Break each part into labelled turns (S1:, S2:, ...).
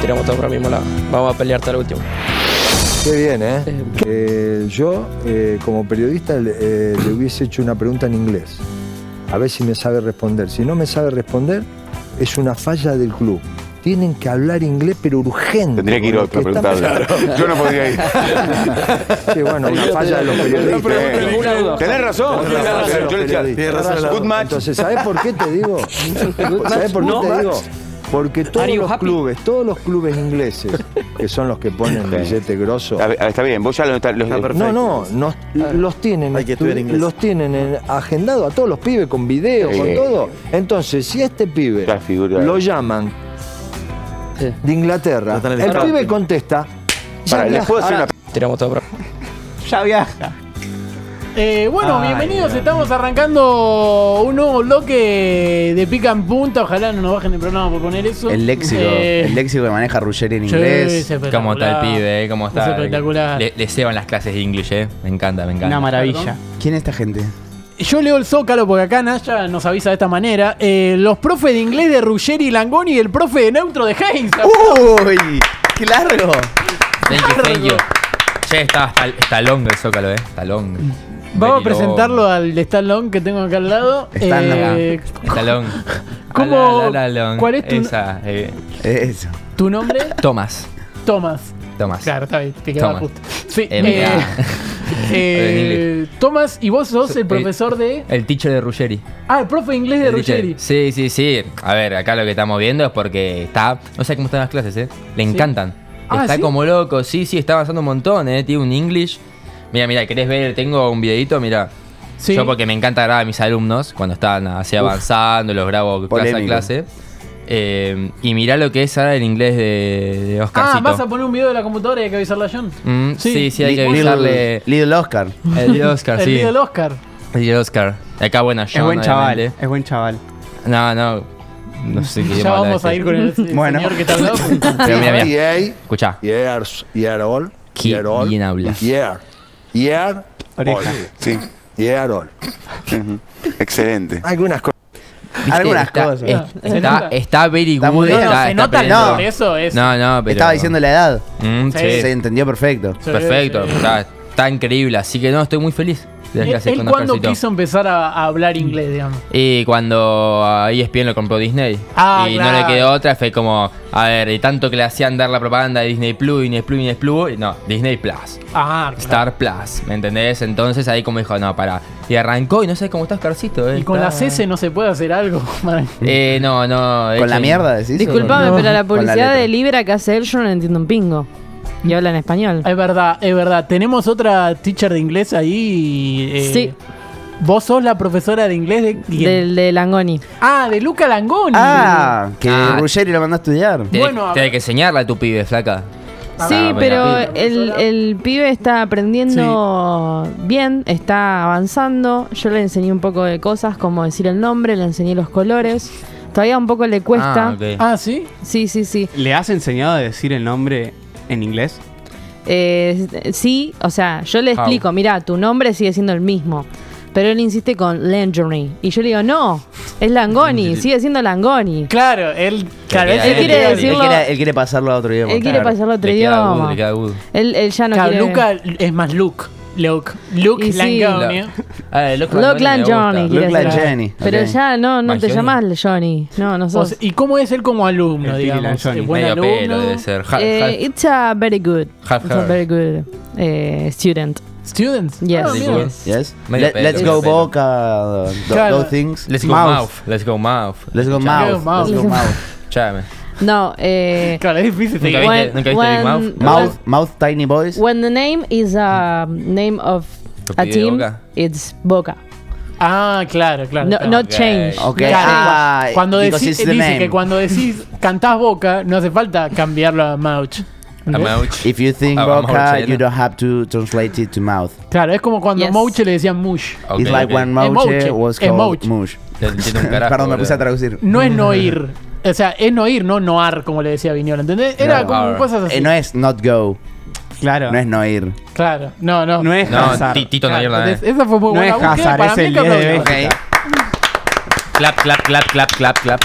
S1: tiramos todo por la misma lado. Vamos a pelear hasta el último.
S2: Qué bien, ¿eh? Eh, yo, eh, como periodista, le, eh, le hubiese hecho una pregunta en inglés. A ver si me sabe responder. Si no me sabe responder, es una falla del club. Tienen que hablar inglés, pero urgente.
S3: Tendría que ir
S2: con lo
S3: otro a
S2: que está
S3: preguntarle. Yo no podría ir.
S2: pasando. Sí, bueno, una falla de los
S3: No,
S2: periodistas. ¿eh?
S3: pero-
S1: Ninguna duda.
S3: Tenés razón.
S2: razón.
S3: Yo le decía,
S2: Tenés razón.
S3: Good match.
S2: Entonces, ¿sabes por qué te digo? ¿Sabes por qué
S1: No,
S2: te
S1: Max.
S2: digo? Porque todos
S1: Are you
S2: los
S1: happy?
S2: clubes, todos los clubes ingleses, que son los que ponen billete grosso,
S3: A ver, a ver, Está bien, vos ya lo está- los-
S2: Eh, no, no, nos- los tienen,
S4: Hay que estudiar
S2: estu-
S4: inglés.
S2: los tienen en- agendado a todos los pibes con video,
S3: Sí.
S2: con todo. Entonces, si a este pibe
S3: Esta figura.
S2: lo llaman
S1: Sí.
S2: de Inglaterra,
S4: Lo están
S2: el
S4: eligiendo.
S2: pibe contesta. ya
S3: Pará, ¿les
S2: viaja.
S3: puedo hacer una
S1: Tiramos todo por
S5: Ya viaja.
S6: Eh, bueno,
S5: Ay,
S6: bienvenidos.
S5: no.
S6: Estamos arrancando un nuevo bloque de pica en punta. Ojalá no nos bajen el programa por poner eso.
S5: El léxico,
S6: Eh,
S5: el léxico que maneja Ruggeri en
S6: sí,
S5: inglés.
S6: es espectacular.
S7: ¿Cómo está el pibe? eh? ¿Cómo
S6: Es
S7: está?
S6: espectacular.
S7: Le, le ceban las clases de inglés, ¿eh? Me encanta, me encanta.
S5: Una maravilla. ¿Quién es esta gente?
S6: Yo leo el zócalo porque acá Naya nos avisa de esta manera. Eh, los profes de inglés de Ruggeri y Langoni y el profe de neutro de Hayes.
S7: Uh,
S5: ¡Uy! ¡Qué largo!
S7: Thank you, thank you. Che, está, está, está longo el zócalo, ¿eh? Está longo.
S6: Vamos a
S7: Very long.
S6: presentarlo al Stan Long que tengo acá al lado.
S5: Stan Long.
S6: Eh,
S7: Está long.
S6: ¿Cómo-
S7: A la, la, la, long.
S6: cuál es tu-
S7: Esa, eh,
S5: Eso.
S6: ¿Tu nombre?
S7: Tomás.
S6: Tomás.
S7: Tomás.
S6: Claro, está bien, te quedaba
S7: Thomas.
S6: justo. Sí,
S7: Eh,
S6: eh,
S7: En
S6: eh,
S7: inglés.
S6: Tomás, y vos sos el
S7: Eh,
S6: profesor de.
S7: El teacher de Ruggeri.
S6: Ah, el profe de inglés de
S7: El teacher.
S6: Ruggeri.
S7: Sí, sí, sí. A ver, acá lo que estamos viendo es porque está. No sé cómo están las clases, ¿eh? Le encantan.
S6: Ah,
S7: está
S6: ¿sí?
S7: como loco, sí, sí, está avanzando un montón, ¿eh? Tiene un English. Mira, mira, ¿querés ver? Tengo un videito, mira.
S6: Sí.
S7: Yo porque me encanta grabar a mis alumnos cuando están así avanzando, los grabo clase a
S5: Polémico.
S7: clase. Eh, y mirá lo que es ahora el inglés de, de
S6: Ah,
S7: Oscarcito.
S6: vas a poner un video de la computadora y hay que avisarla a John.
S7: Mm, sí. sí, hay que
S5: Little-
S7: avisarle
S5: Little Oscar.
S7: el de Oscar,
S6: el
S7: Ah, sí.
S6: video del Oscar.
S7: El de Oscar. Y Acá, bueno, John,
S5: es buen chaval, eh,
S7: obviamente.
S5: es buen chaval.
S7: No, no. No sé qué
S6: ya
S7: idioma habla
S6: vamos a
S7: este.
S6: ir con el
S5: Bueno.
S6: señor que está hablando.
S7: Pero mira, mira.
S2: EA,
S7: Escuchá.
S2: years, year all,
S7: ¿Qui-
S2: year all,
S7: quién habla?
S2: Year, year,
S5: Oreja.
S2: all,
S3: Sí,
S2: year all.
S3: excelente.
S2: Algunas cosas.
S7: Viste,
S5: Algunas
S7: está,
S5: cosas.
S7: es-
S6: Se
S7: está,
S6: nota.
S7: está very
S5: Está
S7: good.
S5: muy
S6: No,
S5: bien.
S6: no,
S7: está-
S6: se nota
S7: está
S6: el
S7: aprendiendo.
S6: nombre, eso es.
S7: No, no, pero.
S5: Estaba diciendo la edad.
S7: Mm,
S6: Sí.
S7: sí.
S5: Se entendió perfecto.
S6: Sí,
S7: Perfecto.
S6: sí.
S7: Está, está increíble. Así que no, estoy muy feliz de las
S6: Él,
S7: clases
S6: él
S7: con
S6: cuando
S7: Oscarcito.
S6: quiso empezar a, a hablar inglés, digamos.
S7: Y cuando a E ESPN lo compró Disney
S6: Ah,
S7: y
S6: claro.
S7: no le quedó otra, fue como, a ver, y tanto que le hacían dar la propaganda de Disney Plus, Disney Plus, Disney Plus, y no, Disney Plus,
S6: Ah, claro.
S7: Star Plus, ¿me entendés? Entonces ahí como dijo, no, pará. Y arrancó y no sé cómo está Oscarcito, eh.
S6: Y con
S7: está-
S6: las S no se puede hacer algo. man.
S7: Eh, no, no.
S5: ¿Con
S7: eh,
S5: la
S7: sí.
S5: mierda decís?
S8: Disculpame,
S5: No.
S8: pero la
S5: Con
S8: publicidad
S5: letra.
S8: de Libra que hace él, yo no entiendo un pingo. Y habla en español.
S6: es verdad, es verdad. Tenemos otra teacher de inglés ahí. eh,
S8: Sí.
S6: Vos sos la profesora de inglés de quién?
S8: Del de Langoni.
S6: Ah, de Luca Langoni.
S5: Ah, que
S7: Ah.
S5: Ruggeri lo mandó a estudiar.
S7: Tiene,
S6: Bueno, a
S7: tiene
S6: ver.
S7: que enseñarla a tu pibe, flaca. Ah,
S8: Sí,
S7: bueno,
S8: pero eh,
S7: bien.
S8: el, el pibe está aprendiendo bien, está avanzando. Yo le enseñé un poco de cosas, como decir el nombre, le enseñé los colores. Todavía un poco le cuesta.
S7: Ah, ok.
S6: Ah, sí.
S8: Sí, sí, sí.
S9: ¿Le has enseñado a decir el nombre en inglés?
S8: Eh, sí, o sea, yo le
S7: Au.
S8: explico, mira, tu nombre sigue siendo el mismo. Pero él insiste con Langoni. Y yo le digo, no, es Langoni, sigue siendo Langoni.
S6: Claro, él. Claro,
S7: Él
S6: se le
S8: quiere
S6: pega el-
S5: Él
S8: decirlo-
S5: quiere, él quiere pasarlo a otro idioma.
S8: Él quiere
S7: claro.
S8: pasar a otro
S7: Le queda agudo,
S8: idioma.
S7: le queda agudo.
S8: Él, él ya no
S6: Claro,
S8: quiere.
S6: Luca es más Luke. Luke. Luke
S8: Y sí.
S6: Langoni.
S7: Ah, Lock Langoni me
S8: Look like
S7: gusta.
S8: Johnny.
S5: Look
S8: quiere
S5: like
S8: decir.
S5: Jenny.
S8: Pero
S5: Ok.
S8: ya no, no
S7: Más
S8: te
S7: Johnny.
S8: llamas Johnny. No, no
S6: O
S8: sos.
S6: sea, ¿Y cómo es él como alumno,
S9: El Pili
S6: digamos?
S9: Langoni.
S6: Eh, buen
S7: Medio
S6: alumno.
S7: pelo debe ser. Half,
S8: Eh,
S7: half.
S8: it's a very good.
S7: Half
S8: it's a
S7: her.
S8: very good eh, student.
S6: Students.
S8: Yes.
S6: Ah, mira.
S5: Yes?
S7: Medio
S5: Le-
S7: pelo,
S5: let's
S7: medio
S5: go
S7: pelo.
S5: boca, do- do-
S6: Claro.
S5: those things.
S7: Let's go mouth.
S9: Mouth.
S7: Let's go mouth.
S5: Let's go
S6: Claro,
S5: mouth. Let's go
S8: mouth.
S5: mouth.
S7: Chame.
S8: No, eh,
S6: Claro, es difícil.
S7: Nunca
S6: seguir.
S7: vi. viste- nunca viste Big Mouth?
S5: Mouth, mouth tiny boys.
S8: When the name is a name of a
S7: Pide
S8: team,
S7: Boca.
S8: it's Boca.
S6: Ah, claro, claro.
S8: No,
S6: claro.
S8: no
S7: Ok.
S8: change.
S5: Ok.
S6: Claro,
S5: Ah,
S6: cu- cuando
S5: because
S6: decís, eh,
S5: it's the
S6: dice
S5: name.
S6: que cuando decís cantás boca, no hace falta cambiarlo a mouth.
S7: A mouth.
S5: If you think
S7: Ah, vamos a
S5: boca,
S7: ver,
S5: you
S7: Chayana.
S5: don't have to translate it to mouth.
S6: Claro, es como cuando
S8: Yes.
S6: mouche le decían mush.
S7: Ok,
S5: It's like
S7: ok. Ah,
S5: when
S6: Emoji.
S5: mouche was called
S6: Emoji.
S5: mush.
S7: Te entiendo un carajo,
S5: Perdón, me puse a
S7: boludo.
S5: traducir.
S6: No es no ir. O sea, es no ir, no noar, como le decía Viñola, ¿entendés? Era
S7: Claro.
S6: como
S7: Claro.
S6: cosas así.
S5: Eh, no es not go,
S9: Claro.
S5: no es no ir.
S6: Claro, no, no.
S9: No es
S7: No,
S9: Hazard.
S7: ti- Tito no
S6: Claro,
S7: mierda, eh.
S6: entonces, Esa fue muy
S9: No
S6: buena
S9: es
S6: búsqueda,
S9: Hazard,
S6: para
S9: es
S6: mí
S9: el
S6: que
S9: día de
S6: aplauso.
S9: Bélgica.
S7: Clap, clap, clap, clap, clap, clap.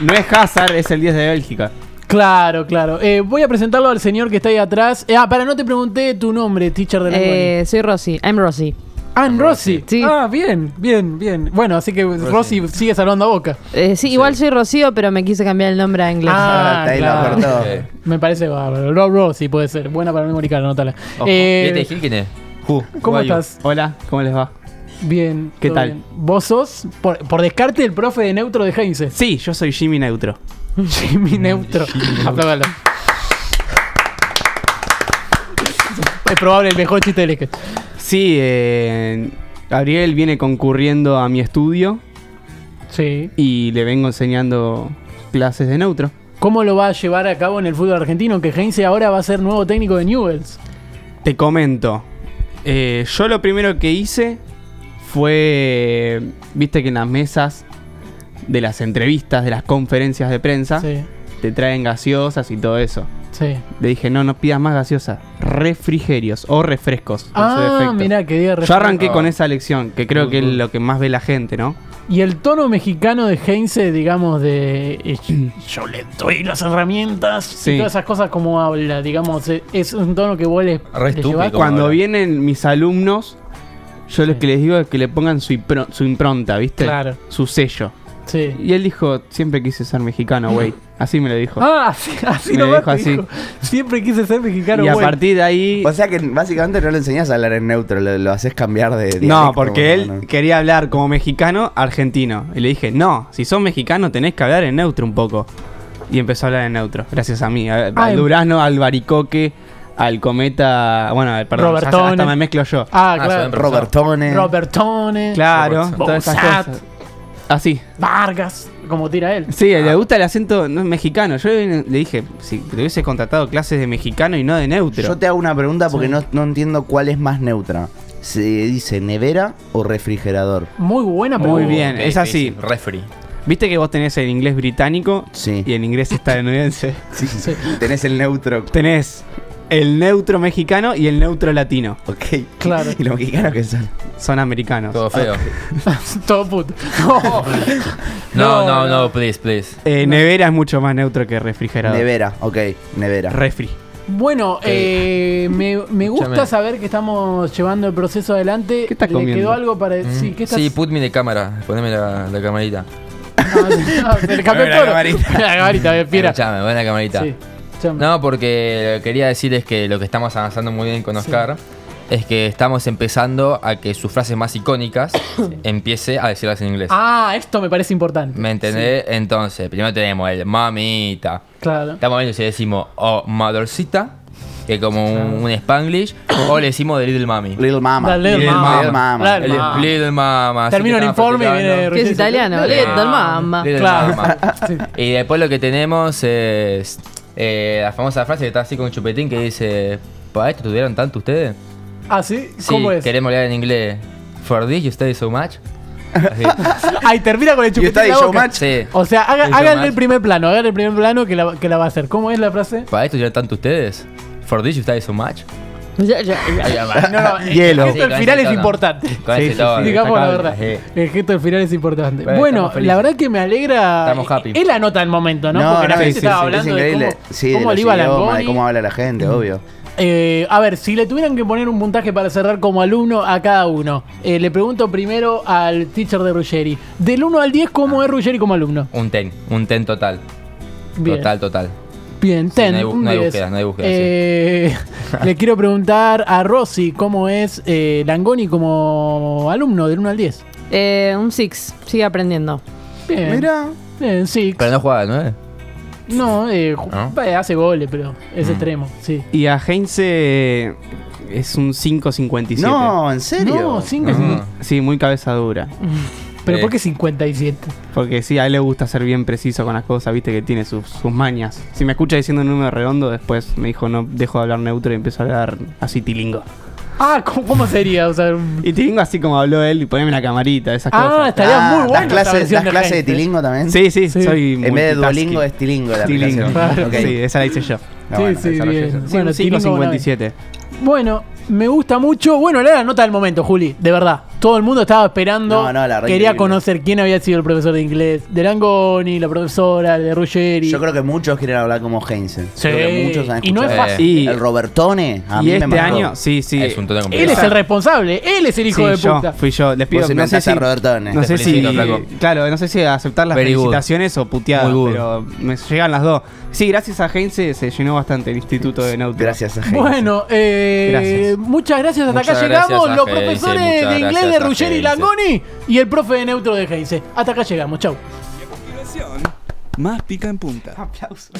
S9: No es Hazard, es el 10 de Bélgica.
S6: Claro, claro. Eh, voy a presentarlo al señor que está ahí atrás. Eh, ah, para, no te pregunté tu nombre, teacher de la
S8: Eh, soy Rosy, I'm Rosy.
S6: Ann Rossi.
S8: Sí.
S6: Ah, bien, bien, bien. Bueno, así que Rossi, sigue salvando a boca.
S8: Eh, sí, igual soy Rocío, pero me quise cambiar el nombre a inglés.
S6: Ah,
S5: ahí
S6: claro.
S5: lo cortó.
S7: Ok.
S6: Me parece bárbaro. Rob Rossi puede ser. Buena para memorizar, anótala.
S7: Ojo.
S6: Eh,
S7: ¿Vete, Gil, quién es?
S9: Ju.
S6: ¿Cómo
S7: Guayu.
S6: estás?
S9: Hola, ¿cómo les va?
S6: Bien.
S9: ¿Qué
S6: todo
S9: tal?
S6: bien. ¿Vos sos, por, por descarte, el profe de neutro de Heinze?
S9: Sí, yo soy Jimmy Neutro.
S6: Jimmy
S7: Mm,
S6: Neutro. Apláudalo. Es probable el mejor chiste del sketch.
S9: Sí, eh, Gabriel viene concurriendo a mi estudio
S6: Sí.
S9: y le vengo enseñando clases de neutro.
S6: ¿Cómo lo va a llevar a cabo en el fútbol argentino? Que Heinze ahora va a ser nuevo técnico de Newells.
S9: Te comento. eh, yo lo primero que hice fue. Viste que en las mesas de las entrevistas, de las conferencias de prensa,
S6: Sí,
S9: te traen gaseosas y todo eso.
S6: sí.
S9: Le dije, no, no pidas más gaseosas, refrigerios o refrescos. en su
S6: Ah,
S9: defecto".
S6: mirá, que día
S9: Yo arranqué con esa lección, que creo que es lo que más ve la gente, ¿no?
S6: Y el tono mexicano de Heinze, digamos, de eh, yo le doy las herramientas y
S9: Sí.
S6: todas esas cosas como habla, digamos, eh, es un tono que vos le,
S7: Re
S6: le
S7: estúpido.
S6: llevás.
S7: ¿Cómo
S9: Cuando
S7: habla?
S9: vienen mis alumnos, yo lo
S6: Sí.
S9: que les digo es que le pongan su, impro- su impronta, ¿viste?
S6: Claro.
S9: Su sello.
S6: Sí.
S9: Y él dijo, siempre quise ser mexicano, güey. Así me lo dijo.
S6: Ah, así, así
S9: Me
S6: nomás
S9: dijo
S6: te dijo. Siempre quise ser mexicano,
S9: y a
S6: güey.
S9: partir de ahí...
S5: O sea que básicamente no le enseñás a hablar en neutro, lo, lo haces cambiar de.
S9: No,
S5: dialecto,
S9: porque él
S5: bueno, no.
S9: quería hablar como mexicano argentino. Y le dije, no, si sos mexicano tenés que hablar en neutro un poco. Y empezó a hablar en neutro, gracias a mí. A- Al
S6: Ah, em-
S9: Durazno, al Baricoque, al Cometa... Bueno, perdón, ya-
S6: Robertone.
S9: hasta me mezclo yo.
S6: Ah,
S7: Ah,
S6: claro.
S7: se ven
S5: Robertone.
S6: Robertone,
S9: Claro,
S7: Robertson.
S9: todas esas
S6: Bozat.
S9: cosas. Así.
S6: Vargas, como tira él.
S9: Sí,
S5: Ah.
S9: le gusta el acento no, mexicano. Yo le dije, si te hubiese contratado clases de mexicano y no de neutro.
S5: Yo te hago una pregunta porque no, no entiendo cuál es más neutra. ¿Se dice nevera o refrigerador?
S6: Muy buena
S9: Muy
S5: Oh,
S6: pregunta.
S9: bien,
S7: Qué
S9: es así.
S7: difícil. Eh, Referee.
S9: Viste que vos tenés el inglés británico
S5: Sí.
S9: y el inglés estadounidense.
S5: Sí. Tenés el neutro.
S9: tenés el neutro mexicano y el neutro latino.
S5: Ok.
S6: Claro.
S5: ¿Y los mexicanos qué son?
S9: Son americanos.
S7: Todo feo.
S6: Todo puto.
S7: No, no, no, please, please.
S9: Eh, nevera es mucho más neutro que refrigerador.
S5: Nevera, ok. Nevera.
S9: Refri.
S6: Bueno, eh, me, me gusta
S7: Escúchame.
S6: saber que estamos llevando el proceso adelante.
S9: ¿Qué estás
S6: ¿Le
S9: comiendo?
S6: quedó algo para
S7: Mm.
S6: decir? ¿qué estás?
S7: Sí, put me de cámara. Poneme la, la camarita.
S6: No, no, se le cambió el
S9: La
S6: tono.
S9: camarita.
S6: La camarita, bien, fiera.
S7: Escuchame, buena camarita.
S6: Sí, escuchame.
S7: No, porque quería decir es que lo que estamos avanzando muy bien con Oscar es que estamos empezando a que sus frases más icónicas empiece a decirlas en inglés.
S6: Ah, esto me parece importante.
S7: ¿Me entendés? Entonces, primero tenemos el mamita.
S6: Claro.
S7: Estamos viendo si decimos o mothercita, que como un, un spanglish, o le decimos de little mami.
S5: Little Mama.
S6: La little
S7: mama.
S5: mama.
S6: Claro.
S7: El-
S6: mama.
S7: Little mama. así
S6: Termino
S7: que
S6: el
S7: estamos
S6: informe y
S7: practicando.
S6: viene
S8: Que es italiano,
S6: Little
S8: little mamma.
S7: Little
S6: Claro.
S7: mama.
S6: Sí.
S7: Y después lo que tenemos es eh, la famosa frase que está así con Chupetín que dice: ¿Para esto tuvieron tanto ustedes?
S6: ¿Ah, sí?
S7: Sí,
S6: ¿Cómo es?
S7: queremos leer en inglés. For this you study so much. Así.
S6: Ahí termina con el
S5: ¿Y
S6: chupetín.
S5: está de
S6: en la boca.
S5: showmatch?
S7: Sí.
S6: O sea, haga-
S7: El
S6: háganle
S7: showmatch.
S6: el primer plano, háganle el primer plano que la, que la va a hacer. ¿Cómo es la frase?
S7: ¿Para esto tuvieron tanto ustedes? For this you study so much.
S6: No, no, el
S9: Hielo.
S6: gesto del final
S7: Sí, con ese
S6: es
S7: tono.
S6: importante.
S7: Con
S9: Sí,
S7: ese
S9: sí,
S7: tono.
S9: sí,
S6: Digamos la
S9: destacable.
S6: verdad.
S7: Sí.
S6: El gesto del final es importante.
S7: Bueno,
S6: Bueno,
S7: estamos
S6: la
S7: felices.
S6: verdad que me alegra. e-,
S7: Estamos happy.
S6: Él anota el momento, ¿no? Porque la
S5: no,
S6: gente
S5: es-
S6: estaba
S5: es- es
S6: hablando de
S5: increíble.
S6: cómo,
S5: sí, de
S6: cómo
S5: los
S6: le iba a
S5: idiomas, de
S6: Langoni.
S5: cómo habla la gente, obvio.
S6: Eh, a ver, si le tuvieran que poner un puntaje para cerrar como alumno a cada uno, eh, le pregunto primero al teacher de Ruggeri. Del 1 al 10,
S7: Ah.
S6: ¿cómo es Ruggeri como alumno?
S7: Un ten, un ten total.
S6: Bien.
S7: Total, total.
S6: Bien,
S7: no hay
S6: ten,
S7: bu-
S6: un
S7: no hay
S6: 10.
S7: búsqueda, no hay búsqueda, sí.
S6: Eh, Le quiero preguntar a Rosy cómo es eh, Langoni como alumno del 1 al 10.
S8: Eh, un six, sigue aprendiendo.
S6: Bien,
S5: Mira.
S6: bien, sí.
S7: Pero no jugaba de nueve.
S6: No, eh, ju-
S7: ¿No?
S6: eh, hace goles, pero es extremo, sí.
S9: Y a Heinze es un 5.57.
S5: No, en serio. Ah,
S6: No, cinco,
S7: No.
S6: sí.
S9: Sí, muy cabeza dura.
S6: Pero
S7: Eh.
S6: ¿por qué 57?
S9: Porque sí, a él le gusta ser bien preciso con las cosas, viste que tiene sus, sus mañas. Si me escucha diciendo un número redondo, después me dijo, no, dejo de hablar neutro y empiezo a hablar así tilingo.
S6: Ah, ¿cómo, cómo sería? O sea, un-
S9: Y tilingo así como habló él, y poneme la camarita, esas
S6: ah,
S9: cosas.
S6: estaría
S5: Ah,
S6: muy bueno.
S5: ¿Das
S6: esa
S5: clases
S6: versión
S5: das clases de
S6: Heinz, ¿eh?
S5: tilingo también?
S9: Sí, sí,
S6: Sí.
S9: soy
S5: En vez de
S9: multitasking.
S5: Duolingo es tilingo la
S9: Tilingo.
S5: aplicación.
S6: Claro.
S5: Ok.
S9: Sí, esa la hice yo.
S5: Ah,
S6: Sí,
S5: bueno,
S6: sí,
S5: desarrolla
S6: bien.
S5: eso.
S6: Bueno,
S9: Sí, un
S6: tilingo,
S9: 5.57.
S6: Bueno, me gusta mucho. Bueno, era la nota del momento, Juli, de verdad. Todo el mundo estaba esperando.
S5: No, no, la verdad
S6: quería
S5: increíble.
S6: conocer quién había sido el profesor de inglés. De Langoni, la profesora, de Ruggeri.
S5: Yo creo que muchos quieren hablar como Heinze.
S6: Sí.
S5: Creo que muchos han
S6: Y no es
S5: escuchado.
S6: fácil.
S9: Y-
S5: Eh, El Robertone, a
S9: y
S5: mí me
S9: este
S5: marcó.
S9: año, sí, sí.
S7: Es un tono
S6: Él
S7: complicado.
S6: es el responsable. Él es el hijo
S9: Sí,
S6: de
S9: yo,
S6: puta.
S9: fui yo. Les pido,
S5: Vos
S9: no sé
S5: inventaste
S9: si,
S5: a Robertone.
S9: no
S7: Te
S9: sé si,
S7: felicito, este flaco.
S9: claro, no sé si aceptar las
S7: Very good.
S9: felicitaciones o puteadas,
S7: Muy good.
S9: pero me llegan las dos. Sí, gracias a Heinze se leinó bastante el instituto de Nauta.
S5: Gracias a Heinze.
S6: Bueno, eh,
S9: Gracias.
S6: muchas gracias. Hasta
S7: Muchas
S6: acá
S7: gracias
S6: llegamos.
S7: a
S6: Los
S7: Heinze,
S6: profesores
S7: muchas
S6: de inglés de
S7: gracias a
S6: Ruggeri
S7: Heinze.
S6: Langoni y el profe de neutro de Heinze. Hasta acá llegamos. Chau.
S4: Más pica en punta.
S9: Aplausos.